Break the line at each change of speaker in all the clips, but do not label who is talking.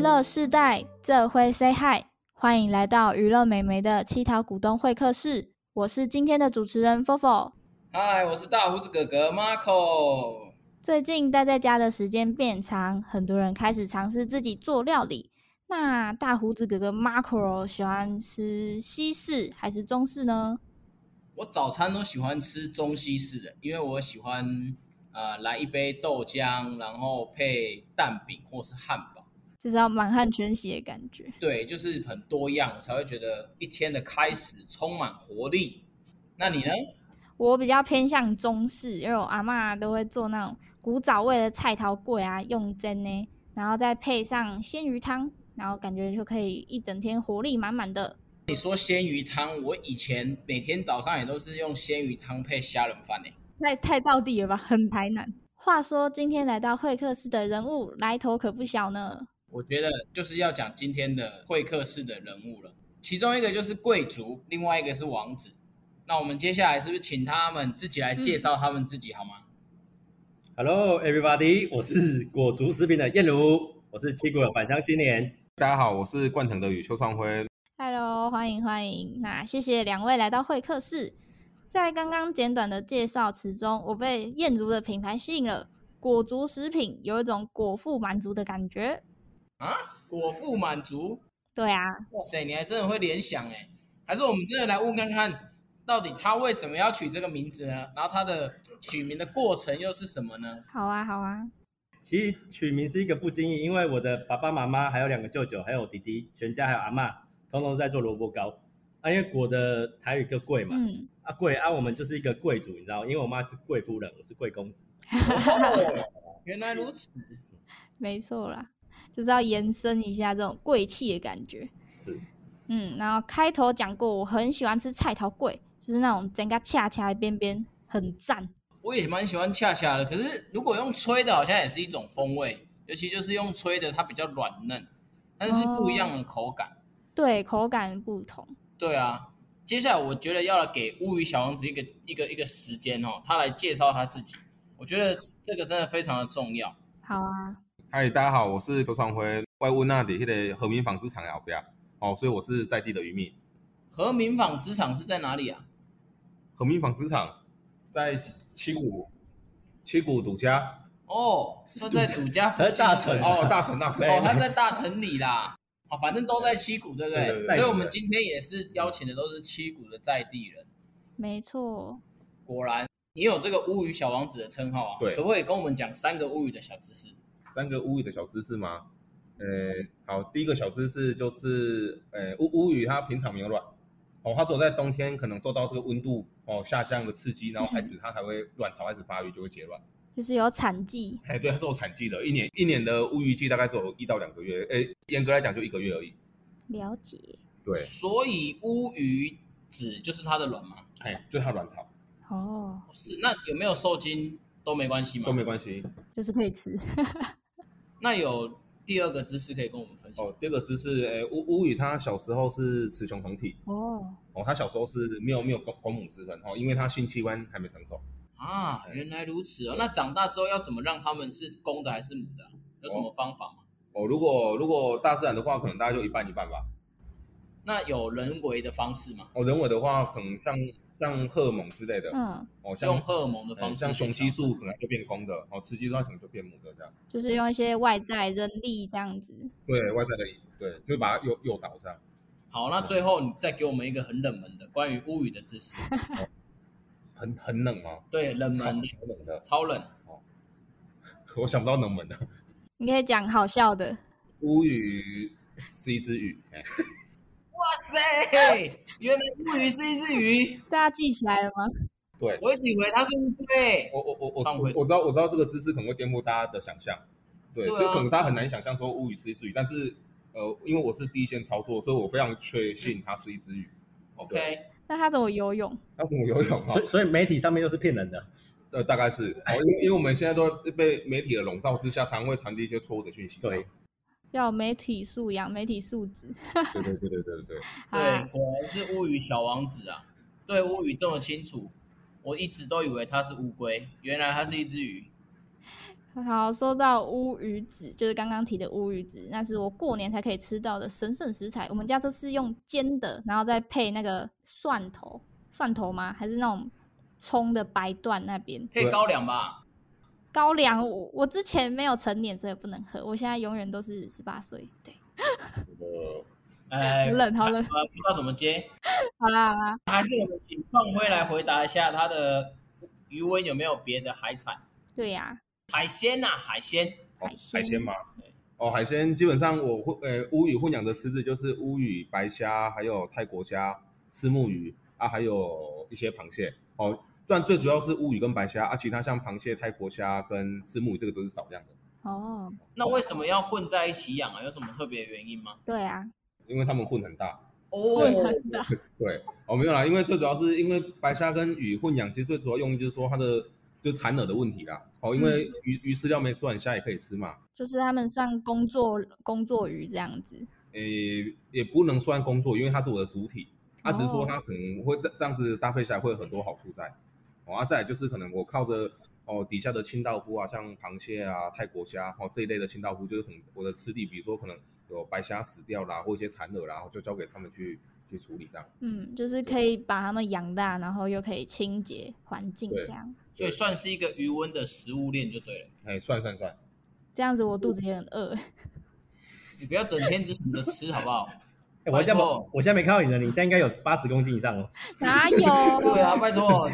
乐世代，这会 say hi，欢迎来到娱乐美眉的七条股东会客室，我是今天的主持人 Fofo。
嗨，我是大胡子哥哥 Marco。
最近待在家的时间变长，很多人开始尝试自己做料理。那大胡子哥哥 Marco 喜欢吃西式还是中式呢？
我早餐都喜欢吃中西式的，因为我喜欢呃来一杯豆浆，然后配蛋饼或是汉堡。
就是要满汉全席的感觉。
对，就是很多样，我才会觉得一天的开始充满活力。那你呢？
我比较偏向中式，因为我阿嬷都会做那种古早味的菜头粿啊，用蒸呢，然后再配上鲜鱼汤，然后感觉就可以一整天活力满满的。
你说鲜鱼汤，我以前每天早上也都是用鲜鱼汤配虾仁饭呢。欸
那也太到地了吧，很台南。话说今天来到会客室的人物来头可不小呢。
我觉得就是要讲今天的会客室的人物了，其中一个就是贵族，另外一个是王子。那我们接下来是不是请他们自己来介绍他们自己、好吗？
Hello, everybody！我是果竹食品的燕如，我是七股的返乡青年。
大家好，我是冠腾的宇邱创辉。
Hello，欢迎欢迎。那谢谢两位来到会客室。在刚刚简短的介绍词中，我被燕如的品牌吸引了。果足食品有一种果腹满足的感觉。
啊，果腹满足，
对啊，
哇塞，你还真的会联想哎，还是我们真的来问看看，到底他为什么要取这个名字呢？然后他的取名的过程又是什么呢？
好啊，好啊。
其实取名是一个不经意，因为我的爸爸妈妈还有两个舅舅，还有我弟弟，全家还有阿嬷，通通在做萝卜糕。啊，因为果的台语叫贵嘛，
嗯，
啊贵啊，我们就是一个贵族，你知道，因为我妈是贵夫人，我是贵公子。
哦原来如此，
没错啦，就是要延伸一下这种贵气的感觉。
是，
嗯，然后开头讲过，我很喜欢吃菜头粿，就是那种整个恰恰的边边很赞。
我也蛮喜欢恰恰的，可是如果用吹的，好像也是一种风味，尤其就是用吹的，它比较软嫩，但是不一样的口感。
对，口感不同。
对啊，接下来我觉得要来给乌鱼小王子一个一个一个时间哦，他来介绍他自己。我觉得这个真的非常的重要。
好啊，
嗨，大家好，我是邱创辉。外屋那里迄个和民纺织厂后边哦，所以我是在地的渔民。
和民纺织厂是在哪里啊？
和民纺织厂在七股七股独家
哦，是在祖家附
在
近
大城
哦
哦，大城大城
哦，他在大城里啦。哦，反正都在七股，对不对？
对对对
所以我们今天也是邀请的都是七股的在地人。
没错。
果然，你有这个乌鱼小王子的称号啊？
对
可不可以跟我们讲三个乌鱼的小知识？
三个乌鱼的小知识吗？呃，好，第一个小知识就是，呃，乌乌鱼它平常没有卵，哦，它只有在冬天可能受到这个温度哦下降的刺激，然后开始它才会卵巢开始发育，就会结卵。
就是有产季，
哎，对，它是有产季的，一年一年的乌鱼季大概只有一到两个月，哎，严格来讲就一个月而已。
了解
对，
所以乌鱼子就是它的卵吗？
哎，就它卵巢
哦，
不是，那有没有受精都没关系吗？
都没关系。
就是可以吃。
那有第二个知识可以跟我们分享。
哦，第二个知识，哎，乌乌鱼它小时候是雌雄同体，
哦，
哦，它小时候是没有没有公公母之分，哦，因为它性器官还没成熟。
啊，
哎
原来如此哦。那长大之后要怎么让他们是公的还是母的啊、有什么方法吗？
哦，如果如果大自然的话，可能大概就一半一半吧。
那有人为的方式吗？
哦，人为的话，可能像像荷尔蒙之类的，
嗯，
哦，像
用荷尔蒙的
嗯
方式去调整，
像雄激素可能就变公的，哦，雌激素它可能就变母的这样。
就是用一些外在人力这样子。
对外在的，对，就把它诱诱导这样。
好，那最后你再给我们一个很冷门的关于乌鱼的知 识。
很很冷哦，
对，冷
超
门，
超冷的，
超冷。
我想不到冷门的。
你可以讲好笑的，
乌鱼是一只鱼，哎
哇塞，原来乌鱼是一只鱼，
大家记起来了吗？
对，
我一直以为它是乌龟。
我我我
上
我
回
我知道我知道这个知识可能会颠覆大家的想象，对，
对啊
就可能大家很难想象说乌鱼是一只鱼，但是呃，因为我是第一线操作，所以我非常确信它是一只鱼。
OK，
那他怎么游泳？
它怎么游泳啊
所以？所以媒体上面又是骗人的。
呃，大概是，哦，因为因为我们现在都被媒体的笼罩之下，常会传递一些错误的讯息。
对
要有媒体素养、媒体素质。
对对对对对对，
好
对，
啊，
果然是乌鱼小王子啊！对乌鱼这么清楚，我一直都以为它是乌龟，原来它是一只鱼。
好，说到乌鱼子，就是刚刚提的乌鱼子，那是我过年才可以吃到的神圣食材。我们家都是用煎的，然后再配那个蒜头，蒜头吗？还是那种葱的白段那边
配高粱吧，
高粱我？我之前没有成年，所以不能喝。我现在永远都是十八岁。对，
呃，
哎，
好冷好冷
呃，不知道怎么接，
好啦好啦，
还是我们请放辉来回答一下他的余温有没有别的海产
对呀、
海鲜呐、海鲜
哦
海鲜
海鲜嘛，哦，海鲜基本上我会，呃，乌鱼混养的食指就是乌鱼、白虾，还有泰国虾、丝木鱼啊，还有一些螃蟹。哦，但最主要是乌鱼跟白虾啊，其他像螃蟹、泰国虾跟丝木鱼这个都是少量的，
哦，
那为什么要混在一起养啊？有什么特别原因吗？
对啊，
因为它们混很大。
哦
混很大，
对，哦，没有啦，因为最主要是因为白虾跟鱼混养，其实最主要用意就是说它的就产饵的问题啦。哦，因为鱼、鱼饲料没吃完，虾也可以吃嘛。
就是他们算工作工作鱼这样子。
诶，也不能算工作，因为它是我的主体。它、只是
哦
说它可能会这这样子搭配起来会有很多好处在。哦，啊，再来就是可能我靠着哦底下的清道夫啊，像螃蟹啊、泰国虾哦这一类的清道夫，就是可能我的吃地，比如说可能有白虾死掉啦，或一些产饵啦，然后就交给他们去去处理这样。
嗯，就是可以把它们养大，然后又可以清洁环境
对
这样。
所以算是一个余温的食物链就对了。
哎，算算算，
这样子我肚子也很饿。
你不要整天只想着吃，好不好？
哎我现在
拜托
我现在没看到你了，你现在应该有八十公斤以上哦。
哪有？
对啊，拜托，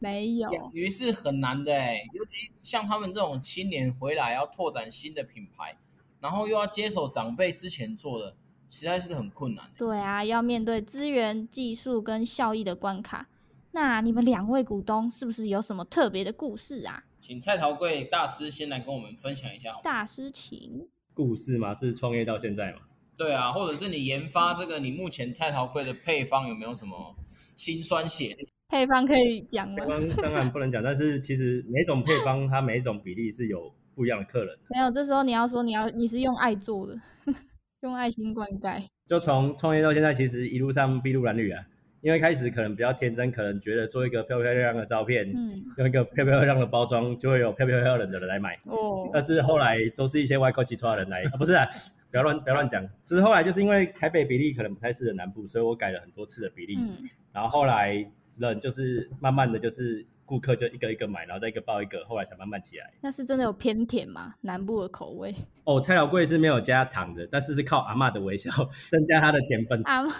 没有。
养鱼是很难的哎、尤其像他们这种青年回来要拓展新的品牌，然后又要接手长辈之前做的，实在是很困难、欸。
对啊，要面对资源、技术跟效益的关卡。那你们两位股东是不是有什么特别的故事啊？
请蔡桃贵大师先来跟我们分享一下好吗？
大师情
故事嘛，是创业到现在嘛。
对啊，或者是你研发这个，你目前蔡桃贵的配方有没有什么辛酸血泪？
配方可以讲吗
当？然当然不能讲，但是其实每种配方它每一种比例是有不一样的客人的。
没有，这时候你要说你要你是用爱做的， 用爱心灌溉。
就从创业到现在，其实一路上筚路蓝缕啊。因为开始可能比较天真，可能觉得做一个漂漂亮亮的照片，
嗯，
用一个漂漂亮亮的包装，就会有漂漂亮亮的人来买。
哦，
但是后来都是一些外国其他人来，啊、不是、啊，不要乱不要乱讲。就是后来就是因为台北比例可能不太适合南部，所以我改了很多次的比例。
嗯，
然后后来人就是慢慢的就是顾客就一个一个买，然后再一个抱一个，后来才慢慢起来。
那是真的有偏甜吗？南部的口味，
哦，菜鸟贵是没有加糖的，但是是靠阿嬷的微笑 增加它的甜分。
阿妈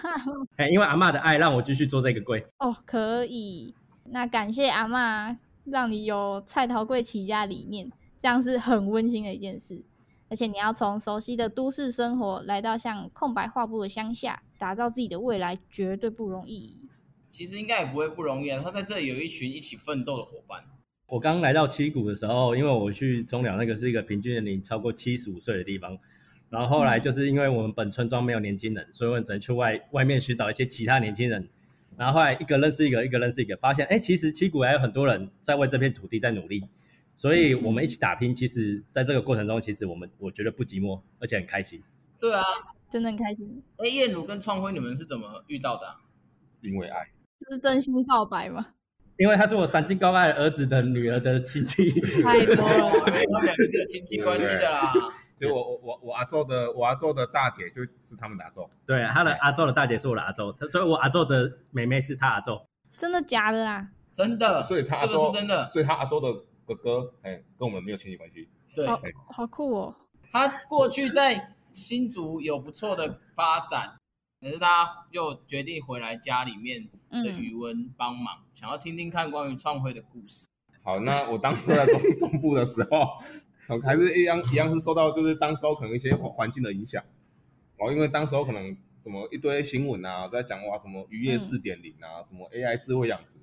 哎，因为阿嬷的爱让我继续做这个柜。
哦，可以。那感谢阿妈，让你有菜桃贵起家理念，这样是很温馨的一件事。而且你要从熟悉的都市生活来到像空白画布的乡下，打造自己的未来，绝对不容易。
其实应该也不会不容易啊，他在这里有一群一起奋斗的伙伴。
我刚来到七股的时候，因为我去中寮那个是一个平均年龄超过七十五岁的地方，然后后来就是因为我们本村庄没有年轻人，所以我们只能去外外面寻找一些其他年轻人。然后后来一个认识一个，一个认识一个，发现哎，其实七股还有很多人在为这片土地在努力，所以我们一起打拼。其实在这个过程中，其实我们我觉得不寂寞，而且很开心。
对啊，
真的很开心，
哎，燕如跟创辉你们是怎么遇到的、啊？
因为爱。
这是真心告白吗？
因为他是我三进高爱的儿子的女儿的亲戚，
太多
哦，
了，
他们两个是有亲戚关系的啦。
所以我我我我阿昼的我阿昼的大姐就是他们的阿昼，
对，他的阿昼的大姐是我的阿昼，所以我阿昼的妹妹是他阿昼。
真的假的啦？
真的，
呃所以他阿
这个是
昼
真的。
所以他阿昼的哥哥哎、跟我们没有亲戚关系。
对，
好好酷哦！
他过去在新竹有不错的发展，可是他又决定回来家里面的
嗯，
余温帮忙，想要听听看关于创辉的故事。
好，那我当初在中 中部的时候，哦还是一样一样是受到就是当时候可能一些环环境的影响，哦，因为当时候可能什么一堆新闻啊，都在讲哇什么渔业
嗯
四点零啊，什么 AI 智慧养殖，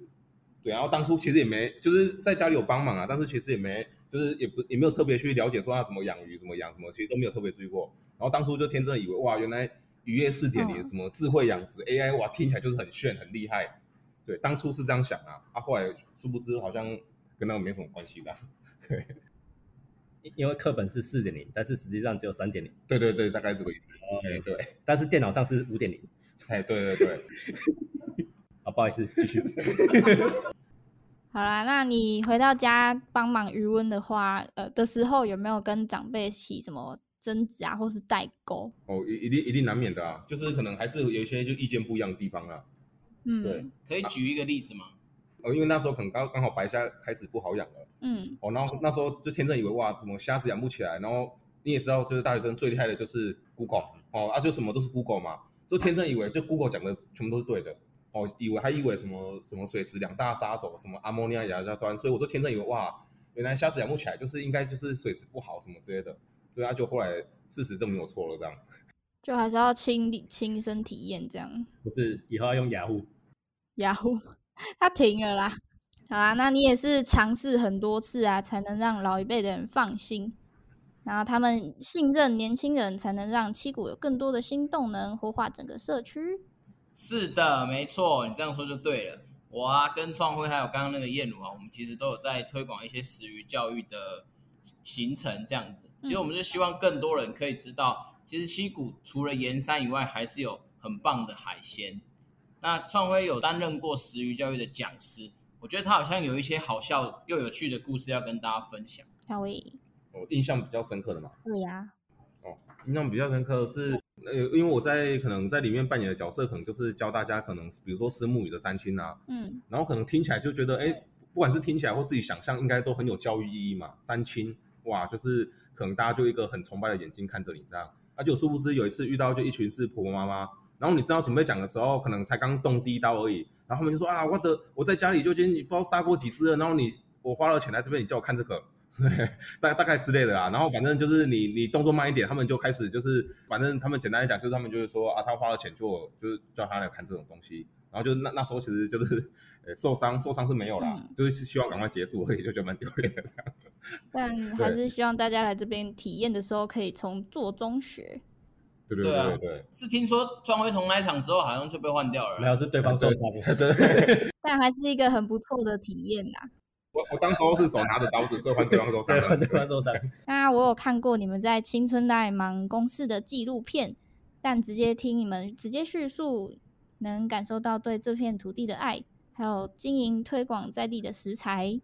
对，然后当初其实也没就是在家里有帮忙啊，但是其实也没就是也不也没有特别去了解说啊怎么养鱼怎么养什么，其实都没有特别注意过，然后当初就天真的以为哇原来渔业四点零
嗯
什么智慧养殖 AI 哇听起来就是很炫很厉害。对，当初是这样想啊，啊，后来殊不知好像跟那个没什么关系的啊、
因为课本是四点零，但是实际上只有三点零，
对对对，大概这个意思。哎、对，
但是电脑上是五点零。
哎对对对，
啊，不好意思，继续。
好啦，那你回到家帮忙余温的话，呃的时候有没有跟长辈起什么争执啊，或是代沟？
哦，一一定一定难免的啊，就是可能还是有一些就意见不一样的地方啊。
嗯，
对，
可以举一个例子吗？
哦，因为那时候可能刚刚好白虾开始不好养了，
嗯，
哦，然后那时候就天真以为哇，怎么虾子养不起来？然后你也知道，就是大学生最厉害的就是 Google，哦，啊就什么都是 Google 嘛，就天真以为就 Google 讲的全部都是对的，哦，以为还以为什么什么水质两大杀手，什么阿莫尼亚亚硝酸，所以我就天真以为哇，原来虾子养不起来就是应该就是水质不好什么之类的，对啊，就后来事实证明我错了这样。
就还是要亲力亲身体验这样。
不是以后要用雅虎。
雅虎，它停了啦。好啦，那你也是尝试很多次啊，才能让老一辈的人放心，然后他们信任年轻人，才能让七股有更多的新动能，活化整个社区。
是的，没错，你这样说就对了。我啊，跟创辉还有刚刚那个燕如啊，我们其实都有在推广一些食鱼教育的行程，这样子。其实我们就希望更多人可以知道，其实溪谷除了盐山以外，还是有很棒的海鲜。那创辉有担任过食鱼教育的讲师，我觉得他好像有一些好笑又有趣的故事要跟大家分享。
小伟，
我、哦印象比较深刻的嘛，
对呀、
印象比较深刻的是，呃，因为我在可能在里面扮演的角色，可能就是教大家可能比如说师母语的三亲啊，
嗯
然后可能听起来就觉得，哎，不管是听起来或自己想象，应该都很有教育意义嘛。三亲，哇，就是可能大家就一个很崇拜的眼睛看着你这样。而且我殊不知有一次遇到就一群是婆婆妈妈，然后你正要准备讲的时候，可能才刚动第一刀而已，然后他们就说啊，我的我在家里就已经不知道杀过几只了，然后你我花了钱来这边，你叫我看这个。对，大大概之类的啦，然后反正就是你你动作慢一点，他们就开始就是，反正他们简单来讲，就是他们就会说啊，他花了钱就就是叫他来看这种东西，然后就那那时候其实就是，呃，受伤受伤是没有啦，
嗯
就是希望赶快结束而已，就觉得蛮丢脸的这样。
但还
对
是希望大家来这边体验的时候，可以从做中学。
对对
对啊
对对
是听说创辉从那一场之后，好像就被换掉了
没
啦。
有，是对方受伤了。
对对，
但还是一个很不错的体验呐。
我我当时候是手拿着刀子，所以换对方受伤
对方对
了。
方受伤，
那我有看过你们在青春代忙公式的纪录片，但直接听你们直接叙述，能感受到对这片土地的爱，还有经营推广在地的食材。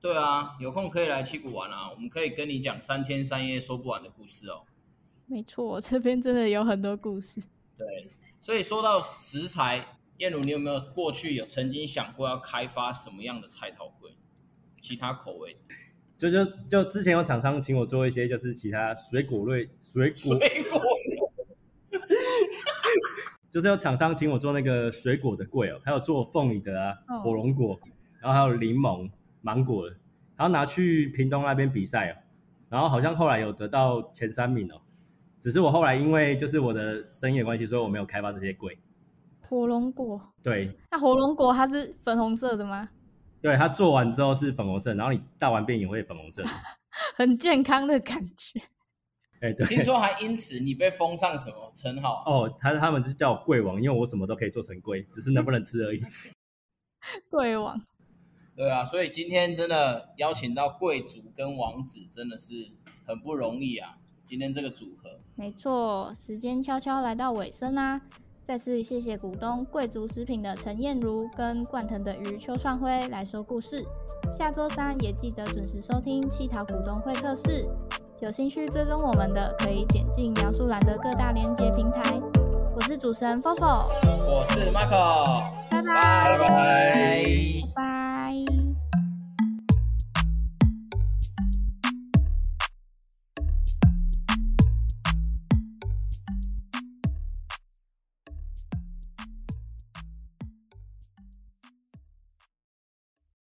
对啊，有空可以来七谷玩啊，我们可以跟你讲三天三夜说不完的故事哦。
没错，这边真的有很多故事。
对，所以说到食材，燕如，你有没有过去有曾经想过要开发什么样的菜头粿，其他口味？
就就就之前有厂商请我做一些就是其他水果类水
水
果，
果
就是有厂商请我做那个水果的柜哦，还有做凤梨的啊
哦，
火龙果，然后还有柠檬、芒果的，然后拿去屏东那边比赛哦，然后好像后来有得到前三名哦，只是我后来因为就是我的生意的关系，所以我没有开发这些柜。
火龙果，
对，
那火龙果它是粉红色的吗？
对，它做完之后是粉红色，然后你大完便也会粉红色。
很健康的感觉。
哎，对。
听说还因此你被封上什么称号啊？
哦，他他们就是叫我贵王，因为我什么都可以做成贵，只是能不能吃而已。
对王，
对啊，所以今天真的邀请到贵族跟王子，真的是很不容易啊。今天这个组合，
没错，时间悄悄来到尾声啦、再次谢谢股东贵族食品的陈燕如跟冠腾的鱼邱创辉来说故事。下周三也记得准时收听七桃股东会客室。有兴趣追踪我们的，可以点进描述栏的各大连接平台。我是主持人 Fofo，
我是 Marco，
拜
拜。